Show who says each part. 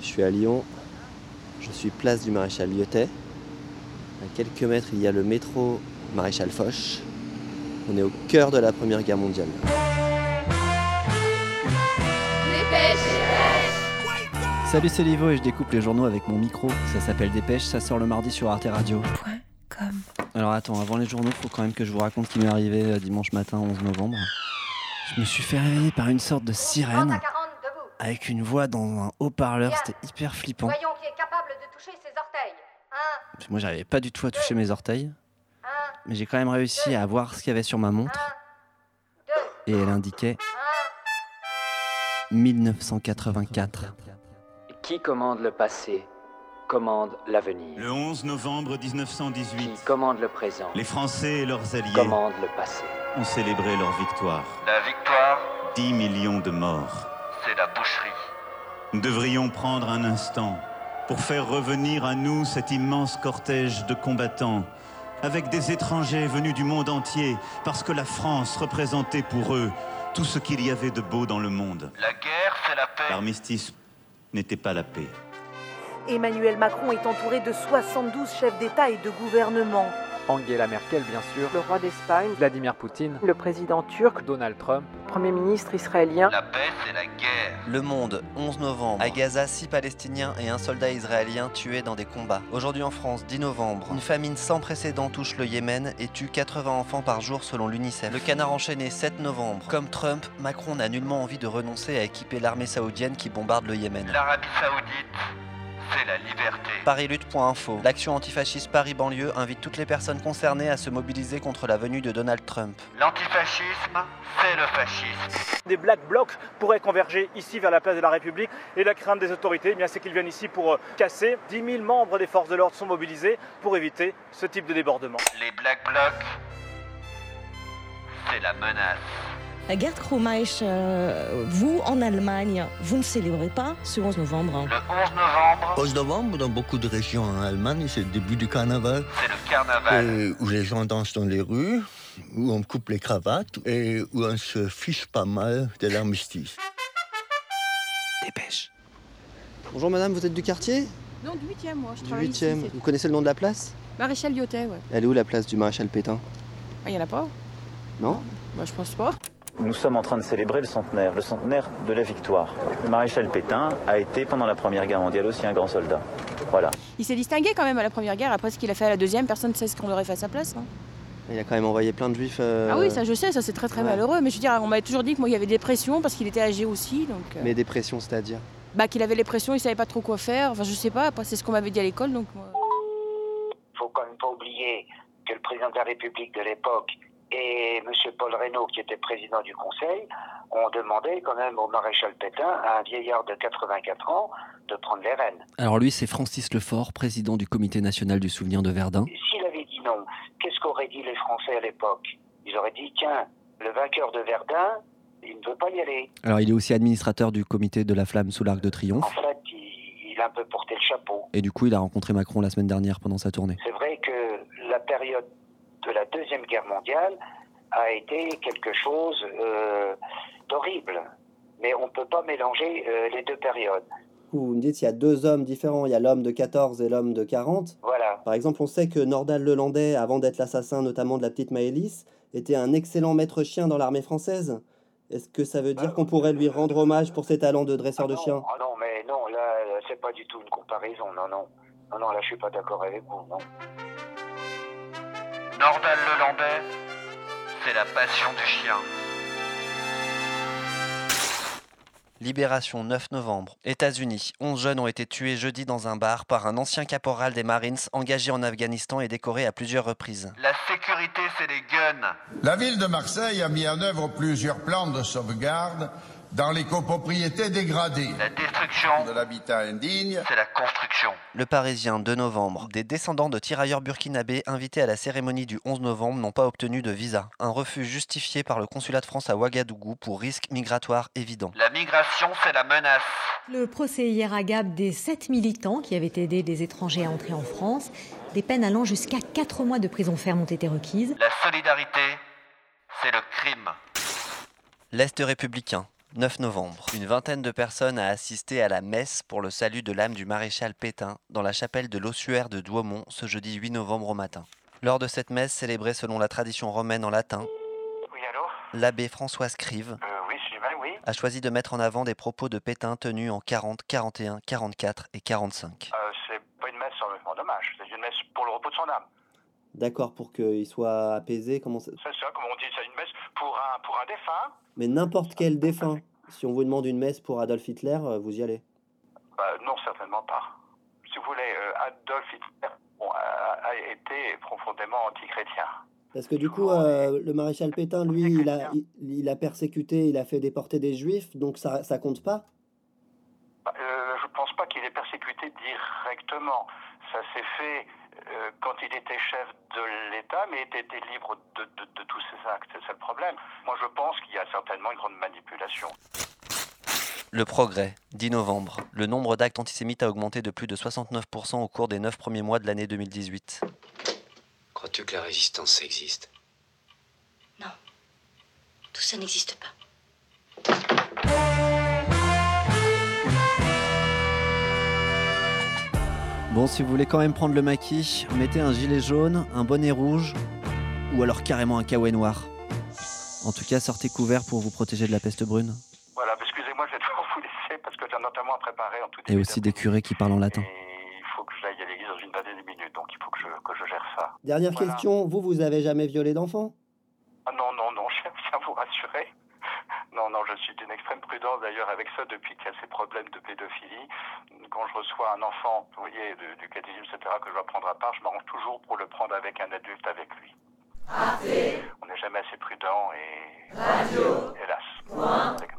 Speaker 1: Je suis à Lyon. Je suis place du Maréchal Lyotet. À quelques mètres, il y a le métro Maréchal Foch. On est au cœur de la Première Guerre mondiale.
Speaker 2: Salut, c'est Livo et je découpe les journaux avec mon micro. Ça s'appelle Dépêche, ça sort le mardi sur Arte Radio.
Speaker 3: Point com.
Speaker 2: Alors attends, avant les journaux, faut quand même que je vous raconte ce qui m'est arrivé euh, dimanche matin 11 novembre. Je me suis fait réveiller par une sorte de sirène
Speaker 4: debout.
Speaker 2: avec une voix dans un haut-parleur, c'était hyper flippant.
Speaker 4: Voyons qui est capable de toucher ses orteils. Un,
Speaker 2: Parce que Moi j'arrivais pas du tout à toucher mes orteils,
Speaker 4: un,
Speaker 2: mais j'ai quand même réussi à voir ce qu'il y avait sur ma montre
Speaker 4: deux,
Speaker 2: et elle indiquait
Speaker 4: un.
Speaker 2: 1984.
Speaker 5: Qui commande le passé commande l'avenir.
Speaker 6: Le 11 novembre
Speaker 5: Qui
Speaker 6: 1918,
Speaker 5: commande le présent
Speaker 6: les Français et leurs alliés
Speaker 5: commande le passé.
Speaker 6: ont célébré leur victoire.
Speaker 7: La victoire,
Speaker 6: 10 millions de morts.
Speaker 7: c'est la boucherie.
Speaker 6: Nous devrions prendre un instant pour faire revenir à nous cet immense cortège de combattants, avec des étrangers venus du monde entier, parce que la France représentait pour eux tout ce qu'il y avait de beau dans le monde.
Speaker 7: La guerre, c'est la paix.
Speaker 6: L'armistice n'était pas la paix.
Speaker 8: Emmanuel Macron est entouré de 72 chefs d'État et de gouvernement.
Speaker 9: Angela Merkel, bien sûr,
Speaker 8: Le roi d'Espagne,
Speaker 9: Vladimir Poutine,
Speaker 8: le président turc,
Speaker 9: Donald Trump,
Speaker 8: le premier ministre israélien.
Speaker 7: La paix, c'est la guerre.
Speaker 1: Le Monde, 11 novembre. À Gaza, 6 Palestiniens et un soldat israélien tués dans des combats. Aujourd'hui en France, 10 novembre. Une famine sans précédent touche le Yémen et tue 80 enfants par jour selon l'UNICEF. Le canard enchaîné, 7 novembre. Comme Trump, Macron n'a nullement envie de renoncer à équiper l'armée saoudienne qui bombarde le Yémen.
Speaker 7: L'Arabie Saoudite, c'est la liberté.
Speaker 1: Parislutte.info. L'action antifasciste Paris-Banlieue invite toutes les personnes concernées à se mobiliser contre la venue de Donald Trump.
Speaker 7: L'antifascisme, c'est le fascisme.
Speaker 10: Des black blocs pourraient converger ici vers la place de la République et la crainte des autorités, eh bien, c'est qu'ils viennent ici pour euh, casser. 10 000 membres des forces de l'ordre sont mobilisés pour éviter ce type de débordement.
Speaker 7: Les Black Blocs, c'est la menace.
Speaker 3: Gerd Krumeich, euh, vous en Allemagne, vous ne célébrez pas ce 11 novembre. hein.
Speaker 7: Le 11 novembre,
Speaker 11: 11 novembre, dans beaucoup de régions en Allemagne, c'est le début du carnaval,
Speaker 7: c'est le carnaval.
Speaker 11: euh, où les gens dansent dans les rues, où on coupe les cravates et où on se fiche pas mal de l'armistice.
Speaker 2: Dépêche.
Speaker 1: Bonjour madame, vous êtes du quartier
Speaker 4: Donc 8 moi, je
Speaker 1: Du 8e. Vous connaissez le nom de la place
Speaker 4: Maréchal Lyotet, ouais.
Speaker 1: Elle est où la place du maréchal Pétain
Speaker 4: Il y en a pas
Speaker 1: Non
Speaker 4: Moi, je pense pas.
Speaker 10: Nous sommes en train de célébrer le centenaire, le centenaire de la victoire. Le maréchal Pétain a été pendant la Première Guerre mondiale aussi un grand soldat. Voilà.
Speaker 4: Il s'est distingué quand même à la première guerre. Après ce qu'il a fait à la deuxième, personne ne sait ce qu'on aurait fait à sa place. hein.
Speaker 1: Il a quand même envoyé plein de juifs.
Speaker 4: Ah oui, ça je sais, ça c'est très très
Speaker 1: ouais.
Speaker 4: malheureux. Mais je veux dire, on m'avait toujours dit que moi il y avait des pressions parce qu'il était âgé aussi. Donc, euh,
Speaker 1: Mais des pressions, c'est-à-dire.
Speaker 4: bah, qu'il avait les pressions, il savait pas trop quoi faire. Enfin, je sais pas, après c'est ce qu'on m'avait dit à l'école. Donc, moi-
Speaker 7: Faut quand même pas oublier que le président de la République de l'époque et M. Paul Reynaud, qui était président du Conseil, ont demandé quand même au maréchal Pétain, à un vieillard de 84 ans, de prendre les rênes.
Speaker 2: Alors lui, c'est Francis Lefort, président du Comité national du souvenir de Verdun.
Speaker 7: S'il avait dit non, qu'est-ce qu'auraient dit les Français à l'époque Ils auraient dit, tiens, le vainqueur de Verdun, il ne veut pas y aller.
Speaker 2: Alors il est aussi administrateur du Comité de la flamme sous l'arc de
Speaker 7: En
Speaker 2: triomphe.
Speaker 7: fait, il, il a un peu porté le chapeau.
Speaker 2: Et du coup, il a rencontré Macron la semaine dernière pendant sa tournée.
Speaker 7: C'est vrai que la période de la Deuxième Guerre mondiale a été quelque chose euh, d'horrible. Mais on ne peut pas mélanger euh, les deux périodes.
Speaker 1: Vous me dites, il y a deux hommes différents. Il y a l'homme de 14 et l'homme de 40.
Speaker 7: Voilà.
Speaker 1: Par exemple, on sait que Nordal Lelandais, avant d'être l'assassin notamment de la petite Maëlys, était un excellent maître chien dans l'armée française. Est-ce que ça veut dire qu'on pourrait lui rendre hommage pour ses talents de dresseur de
Speaker 7: Ah non,
Speaker 1: chien
Speaker 7: ah non, mais non, là, euh, c'est pas du tout une comparaison. Non, non. Non, non, là, je suis pas d'accord avec vous, non. Nordal Lelandais, c'est la passion du chien.
Speaker 1: Libération 9 novembre. États-Unis. 11 jeunes ont été tués jeudi dans un bar par un ancien caporal des Marines engagé en Afghanistan et décoré à plusieurs reprises.
Speaker 7: La sécurité, c'est les guns.
Speaker 11: La ville de Marseille a mis en œuvre plusieurs plans de sauvegarde dans les copropriétés dégradées,
Speaker 7: La destruction,
Speaker 11: l'habitat indigne.
Speaker 7: c'est la construction.
Speaker 1: Le Parisien 2 novembre. Des descendants de tirailleurs burkinabés invités à la cérémonie du 11 novembre n'ont pas obtenu de visa. Un refus justifié par le consulat de France à Ouagadougou pour risque migratoire évident.
Speaker 7: La migration, c'est la menace.
Speaker 3: Le procès hier à Gap des 7 militants qui avaient aidé des étrangers à entrer en France, des peines allant jusqu'à 4 mois de prison ferme ont été requises.
Speaker 7: La solidarité, c'est le crime.
Speaker 1: L'Est républicain. 9 novembre. Une vingtaine de personnes a assisté à la messe pour le salut de l'âme du maréchal Pétain dans la chapelle de l'ossuaire de Douaumont ce jeudi 8 novembre au matin. Lors de cette messe célébrée selon la tradition romaine en latin, l'abbé François Scrive
Speaker 7: Euh,
Speaker 1: a choisi de mettre en avant des propos de Pétain tenus en 40, 41, 44 et 45.
Speaker 7: Euh, c'est pas une messe en, en hommage, c'est une messe pour le repos de son âme.
Speaker 2: D'accord, pour qu'il soit apaisé, comment ça...
Speaker 7: C'est ça, comme on dit, c'est une messe pour un, pour un défunt.
Speaker 2: Mais n'importe quel défunt, si on vous demande une messe pour Adolf Hitler, euh, vous y allez.
Speaker 7: Bah, non, certainement pas. Si vous voulez, euh, Adolf Hitler bon, a, a été profondément antichrétien.
Speaker 2: Parce que du coup, euh, le maréchal Pétain, lui, il a, il, il a persécuté, il a fait déporter des juifs, donc ça, ça compte pas
Speaker 7: Bah, euh, je pense pas qu'il ait persécuté directement. Ça s'est fait euh, quand il était chef de l'État, mais il était libre de, de- de tous ses actes. C'est ça le problème. Moi, je pense qu'il y a certainement une grande manipulation.
Speaker 1: Le progrès, 10 novembre. Le nombre d'actes antisémites a augmenté de plus de 69% au cours des 9 premiers mois de l'année 2018.
Speaker 12: Crois-tu que la résistance existe
Speaker 13: Tout ça n'existe pas.
Speaker 2: Bon, si vous voulez quand même prendre le maquis, mettez un gilet jaune, un bonnet rouge, ou alors carrément un kawaii noir. En tout cas, sortez couvert pour vous protéger de la peste brune.
Speaker 7: Voilà, excusez-moi, je vais devoir vous laisser parce que j'ai notamment à préparer en tout
Speaker 2: Et aussi des curés qui parlent en latin.
Speaker 7: Il faut que j'aille à l'église dans une vingtaine de minutes, donc il faut que je, que je gère ça.
Speaker 2: Dernière
Speaker 7: Voilà.
Speaker 2: question, vous, vous avez jamais violé d'enfant
Speaker 7: Ah non, non, non, je tiens à vous rassurer. Non, non, je suis d'une extrême prudence d'ailleurs avec ça depuis qu'il y a ces problèmes de pédophilie. Quand je reçois un enfant, vous voyez, de- du catéchisme, etc., que je dois prendre à part, je m'arrange toujours pour le prendre avec un adulte avec lui. On n'est jamais assez prudent et. Hélas. C'est comme ça.